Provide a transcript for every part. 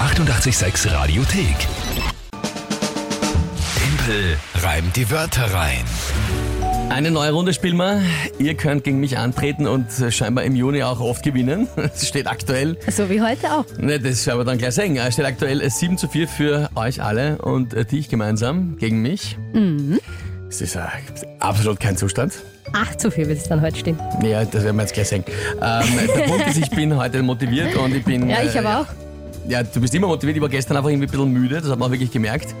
886 Radiothek. Tempel reimt die Wörter rein. Eine neue Runde spielen wir. Ihr könnt gegen mich antreten und äh, scheinbar im Juni auch oft gewinnen. Es steht aktuell, So wie heute auch. ne, das werden wir dann gleich sagen, es steht aktuell äh, 7 zu 4 für euch alle und äh, dich gemeinsam gegen mich. Mhm. Es ist äh, absolut kein Zustand. 8 zu viel wird es dann heute stehen. Ja, das werden wir jetzt gleich sehen. Ähm, der Punkt ist, ich bin heute motiviert und ich bin... Ja, ich äh, aber auch. Ja, du bist immer motiviert, ich war gestern einfach irgendwie ein bisschen müde, das hat man auch wirklich gemerkt.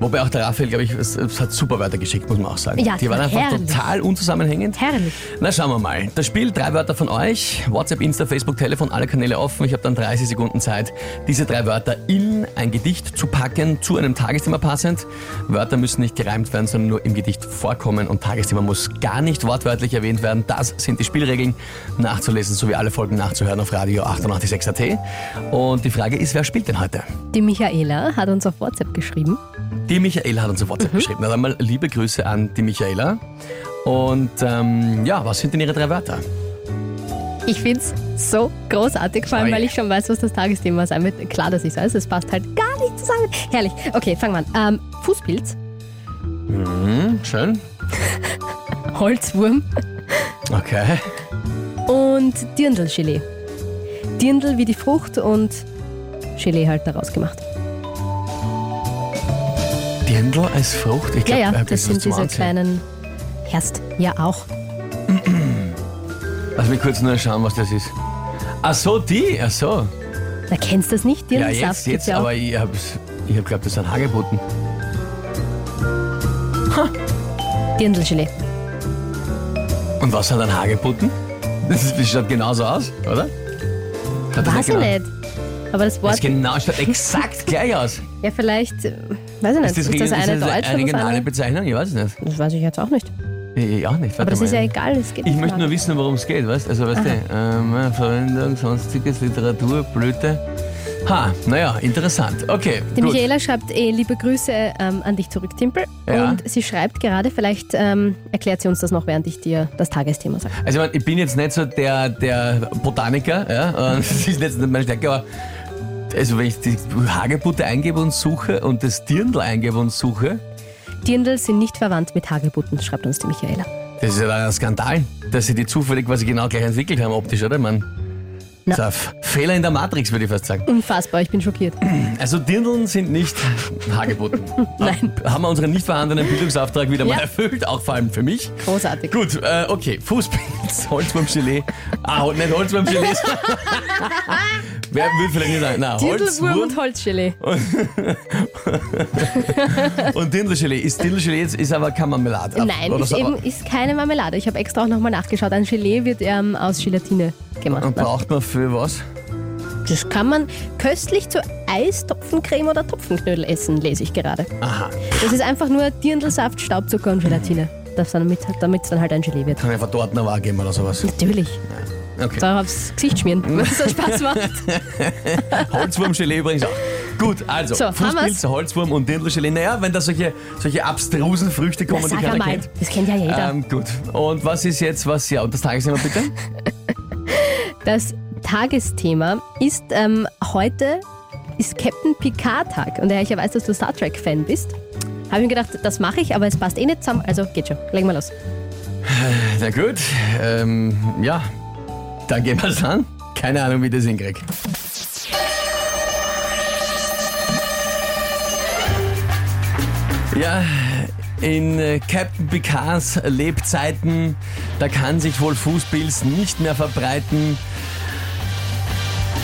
Wobei auch der Raphael, glaube ich, es, es hat super weitergeschickt, muss man auch sagen. Ja, Die waren einfach herrlich. total unzusammenhängend. Herrlich. Na, schauen wir mal. Das Spiel, drei Wörter von euch. WhatsApp, Insta, Facebook, Telefon, alle Kanäle offen. Ich habe dann 30 Sekunden Zeit, diese drei Wörter in ein Gedicht zu packen, zu einem Tagesthema passend. Wörter müssen nicht gereimt werden, sondern nur im Gedicht vorkommen und Tagesthema muss gar nicht wortwörtlich erwähnt werden. Das sind die Spielregeln. Nachzulesen, sowie alle Folgen nachzuhören auf Radio 886.at. Und die Frage ist, wer spielt denn heute? Die Michaela hat uns auf WhatsApp geschrieben. Die Michaela hat uns auf WhatsApp geschrieben. Also einmal liebe Grüße an die Michaela. Und ähm, ja, was sind denn ihre drei Wörter? Ich finde es so großartig, vor allem, Oi. weil ich schon weiß, was das Tagesthema sein wird. Klar, dass ich weiß, es passt halt gar nicht zusammen. Herrlich. Okay, fangen wir an. Ähm, Fußpilz, Hm, schön. Holzwurm Okay. und Dirndl-Gelee. Dirndl wie die Frucht und Gelee halt daraus gemacht. Dirndl als Frucht? Ich glaub, Ja, äh, ja, da hab ich das was sind zum diese Anziehen. kleinen Herst. Ja, auch. Lass mich kurz nur schauen, was das ist. Ach so, die? Ach so. Da kennst du das nicht, Ja, Dirndlsaft. jetzt, gibt's jetzt, ja auch. aber ich hab's, ich hab glaubt, das sind Hagebutten. Dirndl-Gelee. Und was sind dann Hagebutten? Das, ist- das schaut genauso aus, oder? Schaut das Weiß ich genau- nicht. Aber das Das Wort, genau schaut exakt gleich aus. ja vielleicht, äh, weiß ich nicht, ist das eine ist das eine deutsche oder das regionale andere? Bezeichnung? Ich weiß es nicht. Das weiß ich jetzt auch nicht. Ich, ich auch nicht. Warte Aber das mal. ist ja egal, es geht Ich nicht möchte mal. um. nur wissen, worum es geht, weißt Also, weißt du, ähm, Verwendung, sonstiges, Literatur, Blüte. Ha, naja, interessant. Okay, Die gut. Michaela schreibt eh liebe Grüße ähm, an dich zurück, Timpel. Ja. Und sie schreibt gerade, vielleicht ähm, erklärt sie uns das noch, während ich dir das Tagesthema sage. Also ich, mein, ich bin jetzt nicht so der, der Botaniker, ja, und das ist jetzt nicht meine Stärke, aber also wenn ich die Hagebutte eingebe und suche und das Dirndl eingebe und suche, Dirndl sind nicht verwandt mit Hagebutten, schreibt uns die Michaela. das ist ja dann ein Skandal, dass sie die zufällig quasi genau gleich entwickelt haben optisch, oder? Man, Na. das ist ein F- Fehler in der Matrix, würde ich fast sagen. Unfassbar, ich bin schockiert. Also Dirndeln sind nicht Hagebutten. Nein. Ha- Haben wir unseren nicht vorhandenen Bildungsauftrag wieder mal Ja. erfüllt, auch vor allem für mich. Großartig. Gut, äh, okay. Fußpilz, Holzwurmgelee. Ah, hol- nicht Holzwurmgelee. Wer will vielleicht nicht sagen? Nein, Dirndlwurm Holzwurm und Holzgelee. und Dirndlgelee. Ist Dirndlgelee jetzt, ist aber keine Marmelade. ab- Nein, oder ist so, eben aber- ist keine Marmelade. Ich habe extra auch nochmal nachgeschaut. Ein Gelee wird ähm, aus Gelatine gemacht. Und ne? braucht man für was? Das kann man köstlich zu Eis, Topfencreme oder Topfenknödel essen, lese ich gerade. Aha. Das ist einfach nur Dirndlsaft, Staubzucker und Gelatine. Das dann mit, damit es dann halt ein Gelee wird. Kann ich einfach dort noch wahrgeben oder sowas. Natürlich. Okay. Da aufs Gesicht schmieren, wenn es so Spaß macht. Holzwurmgelee übrigens auch. Gut, also So, haben Fußpilz, wir's. Holzwurm und Dirndlgelee. Naja, wenn da solche, solche abstrusen Früchte kommen, Na, die sag keiner einmal. kennt. Das kennt ja jeder. Ähm, gut. Und was ist jetzt was? Ja, und das Tagesthema bitte? Das Tagesthema ist ähm, heute ist Captain Picard Tag. Und daher ich ja weiß, dass du Star Trek Fan bist. Habe ich mir gedacht, das mache ich, aber es passt eh nicht zusammen. Also geht schon. Legen wir los. Na gut, ähm, ja, dann gehen wir es an. Keine Ahnung, wie ich das hinkrieg. Ja, in äh, Captain Picards Lebzeiten, da kann sich wohl Fußpilz nicht mehr verbreiten.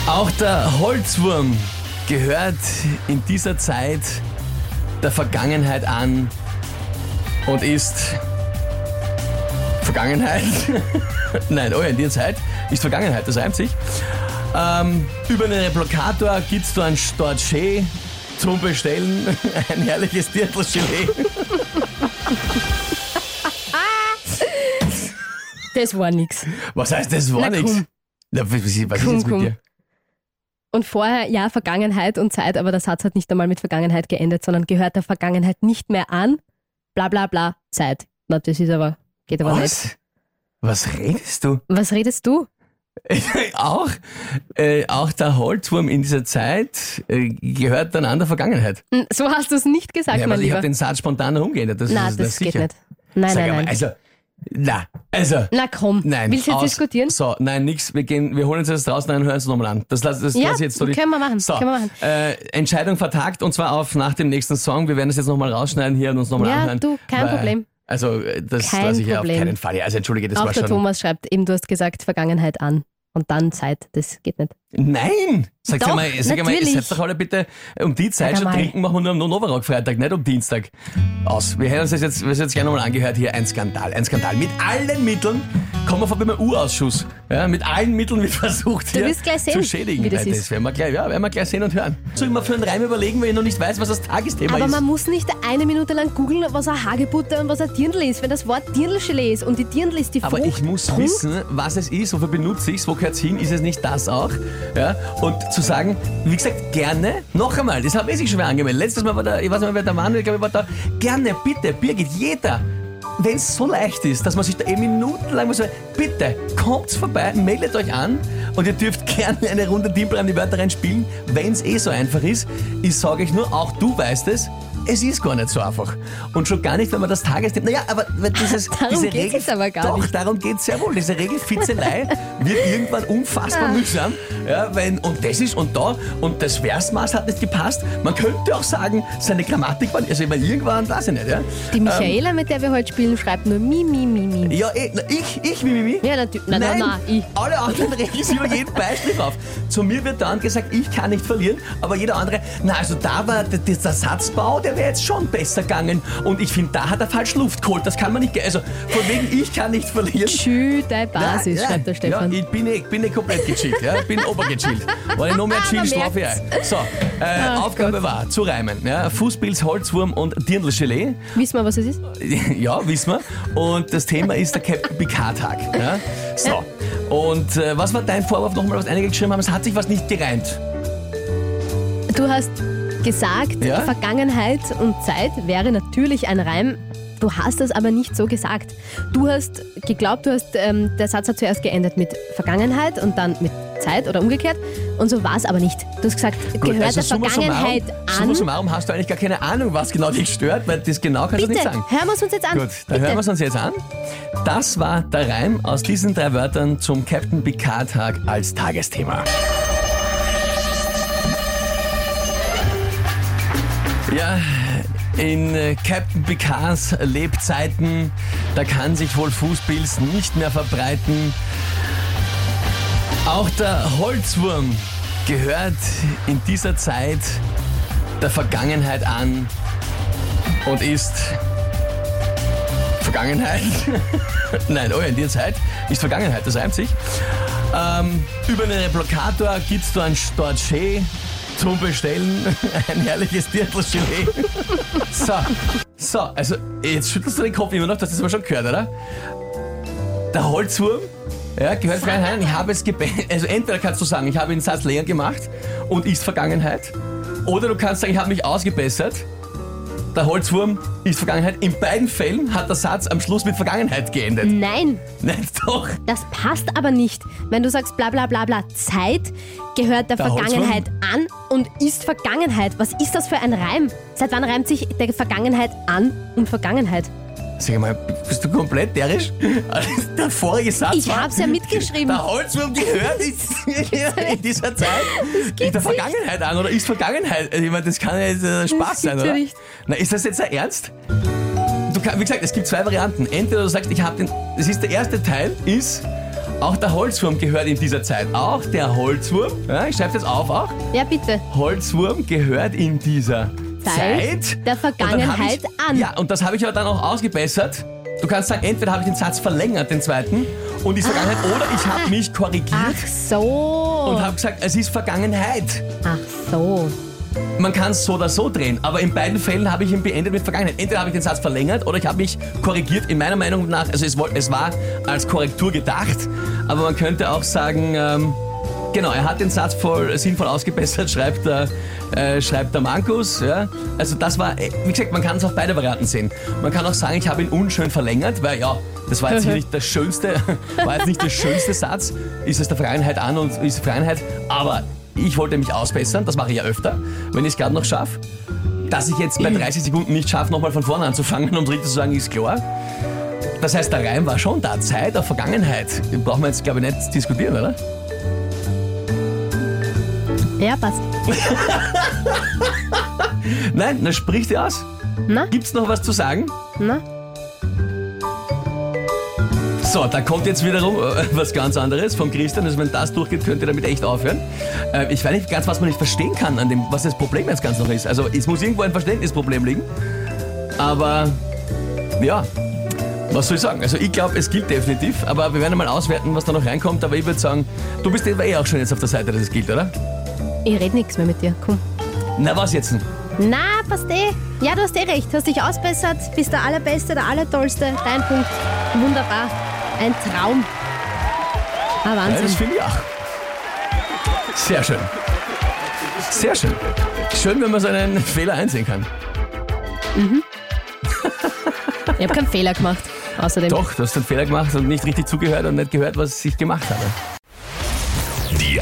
Auch der Holzwurm gehört in dieser Zeit der Vergangenheit an und ist Vergangenheit. Nein, oh Orientierzeit ist Vergangenheit, das reimt sich. Ähm, über einen Replikator gibt es da ein Storché zum Bestellen. Ein herrliches Dirndl-Gelee. Das war nix. Was heißt das? War Na, nichts. komm. Was ist was ist Komm, jetzt mit komm. dir? Und vorher, ja, Vergangenheit und Zeit, aber der Satz hat nicht einmal mit Vergangenheit geendet, sondern gehört der Vergangenheit nicht mehr an. Bla bla bla, Zeit. Na, das ist aber, geht aber nicht. Was? Was redest du? Was redest du? auch, äh, auch der Holzwurm in dieser Zeit äh, gehört dann an der Vergangenheit. N- Hm, So hast du es nicht gesagt, Ja, mein weil ich Lieber. habe den Satz spontan umgeändert. Das, na, ist, das geht sicher. nicht. Nein, Sag nein, einmal, nein. also, na, also. Na komm, Nein, willst du jetzt aus. diskutieren? So, nein, nix. Wir, gehen, wir holen uns jetzt draußen und hören uns nochmal an. Das, lass- das, Ja, lass ich jetzt so die- können wir machen, So, können wir machen. Äh, Entscheidung vertagt und zwar auf nach dem nächsten Song. Wir werden es jetzt nochmal rausschneiden hier und uns nochmal Ja, anhören. du, kein weil- Problem. Also, äh, das Kein lasse ich ja auf Problem. keinen Fall. Ja, also, entschuldige, das Auch war der schon. Thomas schreibt eben, du hast gesagt, Vergangenheit an und dann Zeit. Das geht nicht. Nein! Sagt Doch, einmal, sag einmal, natürlich. seid doch alle bitte um die Zeit Sag schon einmal. trinken, machen wir nur am Novarock Freitag, nicht am Dienstag. Aus. Wir hören uns das jetzt, wir haben jetzt gerne nochmal angehört hier. Ein Skandal, ein Skandal. Mit allen Mitteln kommen wir vorbei beim U-Ausschuss. Ja, mit allen Mitteln wird versucht, hier wirst gleich sehen, zu schädigen. wie das Nein, ist. werden wir gleich, ja, werden wir gleich sehen und hören. Soll ich mal für einen Reim überlegen, wenn ich noch nicht weiß, was das Tagesthema Aber ist? man muss nicht eine Minute lang googeln, was ein Hagebutter und was ein Dirndl ist. Wenn das Wort Dirndlschele ist und die Dirndl ist die Aber Frucht. ich muss Punkt. wissen, was es ist, wofür benutze ich es, wo gehört es hin, ist es nicht das auch? Ja? Und zu sagen, wie gesagt, gerne, noch einmal, das habe ich sich schon mal angemeldet. Letztes Mal war da, ich weiß nicht mehr, wer da Manuel, glaube ich, war da, gerne, bitte, Birgit, jeder. Wenn es so leicht ist, dass man sich da eh minutenlang muss, bitte, kommt's vorbei, meldet euch an und ihr dürft gerne eine Runde Timpel an die Wörter reinspielen, wenn es eh so einfach ist. Ich sage euch nur, auch du weißt es, es ist gar nicht so einfach. Und schon gar nicht, wenn man das Tagesthema, naja, aber dieses, Darum diese geht's Regel, jetzt aber gar doch, nicht. darum geht es sehr wohl. Diese Regelfitzelei wird irgendwann unfassbar Ah. mühsam. Ja, wenn, und das ist und da und das Versmaß hat nicht gepasst. Man könnte auch sagen, seine Grammatik war, also immer irgendwann, weiß ich nicht. Ja, Die Michaela, mit der wir heute spielen, schreibt nur Mi, Mi, Mi, Mi. ja eh, na, ich, ich, wie, wie, wie? Ja, natürlich. Nein, nein, nein, ich. Alle anderen regen sich über jeden Beistrick auf. Zu mir wird dann gesagt, ich kann nicht verlieren, aber jeder andere, na also da war der, der der Satzbau, der wäre jetzt schon besser gegangen und ich finde, da hat er falsch Luft geholt, das kann man nicht, ge- also von wegen, ich kann nicht verlieren. Tschü, dein Basis, Ja, ja. schreibt der Stefan. Ja, ich bin, ich bin nicht komplett gechillt, ja. Ich bin obergechillt. Weil ich noch mehr chill, Man schlafe ich ein. So, äh, Ach Aufgabe war, zu reimen. Ja, Fußpilz, Holzwurm und Dirndl-Gelee. Wissen wir, was es ist? Ja, wissen wir. Und das Thema ist der Captain Picard-Tag. Ja? So. Und äh, was war dein Vorwurf nochmal, was einige geschrieben haben? Es hat sich was nicht gereimt. Du hast gesagt, Ja? Vergangenheit und Zeit wäre natürlich ein Reim. Du hast das aber nicht so gesagt. Du hast geglaubt, du hast, ähm, der Satz hat zuerst geendet mit Vergangenheit und dann mit Zeit oder umgekehrt. Und so war es aber nicht. Du hast gesagt, gehört der also summa Vergangenheit summa an. summarum hast du eigentlich gar keine Ahnung, was genau dich stört, weil das genau kannst du Bitte, nicht sagen. hören wir es uns jetzt an. Gut, dann Bitte. hören wir es uns jetzt an. Das war der Reim aus diesen drei Wörtern zum Captain Picard Tag als Tagesthema. Ja, in äh, Captain Picards Lebzeiten, da kann sich wohl Fußpilz nicht mehr verbreiten. Auch der Holzwurm gehört in dieser Zeit der Vergangenheit an und ist Vergangenheit. Nein, oh ja, in der Zeit ist Vergangenheit, das reimt sich. Ähm, über einen Replikator gibt es da einen Storché zum Bestellen. Ein herrliches Dirndl-Gelee. so, so, also jetzt schüttelst du den Kopf immer noch, das ist aber schon gehört, oder? Der Holzwurm. Ja, gehört Vergangenheit. Ich habe es gebeendet. Also entweder kannst du sagen, ich habe den Satz leer gemacht und ist Vergangenheit. Oder du kannst sagen, ich habe mich ausgebessert der Holzwurm ist Vergangenheit. In beiden Fällen hat der Satz am Schluss mit Vergangenheit geendet. Nein, Nein, doch. das passt aber nicht. Wenn du sagst, bla bla bla bla, Zeit gehört der, Der Vergangenheit an und ist Vergangenheit. Was ist das für ein Reim? Seit wann reimt sich der Vergangenheit an und Vergangenheit? Sag mal, bist du komplett derisch? Der vorige Satz Ich war, hab's ja mitgeschrieben. Der Holzwurm gehört ist in dieser Zeit in der Vergangenheit an oder ist Vergangenheit. Also, Ich meine, das kann ja jetzt äh, Spaß gibt's sein, ja oder? nicht. Na, ist das jetzt ein Ernst? Du kann, wie gesagt, es gibt zwei Varianten. Entweder du sagst, ich habe den. Das ist der erste Teil, ist. Auch der Holzwurm gehört in dieser Zeit. Auch der Holzwurm, ja, ich schreibe das auf auch, Ja, bitte. Holzwurm gehört in dieser Zeit Zeit, der Und dann hab Vergangenheit ich, an. Ja, und das habe ich aber dann auch ausgebessert. Du kannst sagen, entweder habe ich den Satz verlängert, den zweiten, und Ah. die Vergangenheit, oder ich habe mich korrigiert Ach so. und habe gesagt, es ist Vergangenheit. Ach so. Man kann es so oder so drehen, aber in beiden Fällen habe ich ihn beendet mit Vergangenheit. Entweder habe ich den Satz verlängert oder ich habe mich korrigiert. In meiner Meinung nach, also es, woll- es war als Korrektur gedacht, aber man könnte auch sagen, ähm, Genau, er hat den Satz voll sinnvoll ausgebessert, schreibt der, äh, schreibt der Markus. Ja. Also das war, äh, wie gesagt, man kann es auf beide Varianten sehen. Man kann auch sagen, ich habe ihn unschön verlängert, weil ja, das war jetzt hier nicht das schönste, war jetzt nicht der schönste Satz. Ist es der Vergangenheit an und ist Vergangenheit. Aber ich wollte mich ausbessern, das mache ich ja öfter, wenn ich es gerade noch schaffe. Dass ich jetzt bei 30 Sekunden nicht schaffe, nochmal von vorne anzufangen und richtig zu sagen, ist klar. Das heißt, der Reim war schon da. Zeit auf Vergangenheit. Brauchen wir jetzt, glaube ich, nicht diskutieren, oder? Ja, passt. Nein, na sprich dir aus. Na? Gibt's noch was zu sagen? Na? So, da kommt jetzt wiederum äh, was ganz anderes vom Christian. Also wenn das durchgeht, könnt ihr damit echt aufhören. Äh, ich weiß nicht ganz, was man nicht verstehen kann an dem, was das Problem jetzt ganz noch ist. Also es muss irgendwo ein Verständnisproblem liegen. Aber ja, was soll ich sagen? Also ich glaube, es gilt definitiv. Aber wir werden mal auswerten, was da noch reinkommt. Aber ich würde sagen, du bist eh auch schon jetzt auf der Seite, dass es gilt, oder? Ich rede nichts mehr mit dir. Komm. Na was jetzt denn? Na, passt eh. Ja, du hast eh recht. Hast dich ausbessert. Bist der Allerbeste, der Allertollste. Dein Punkt. Wunderbar. Ein Traum. Ah, Ja, das Wahnsinn. finde ich auch. Sehr schön. Sehr schön. Schön, wenn man seinen Fehler einsehen kann. Ich habe keinen Fehler gemacht. Außerdem. Doch, du hast einen Fehler gemacht und nicht richtig zugehört und nicht gehört, was ich gemacht habe. Die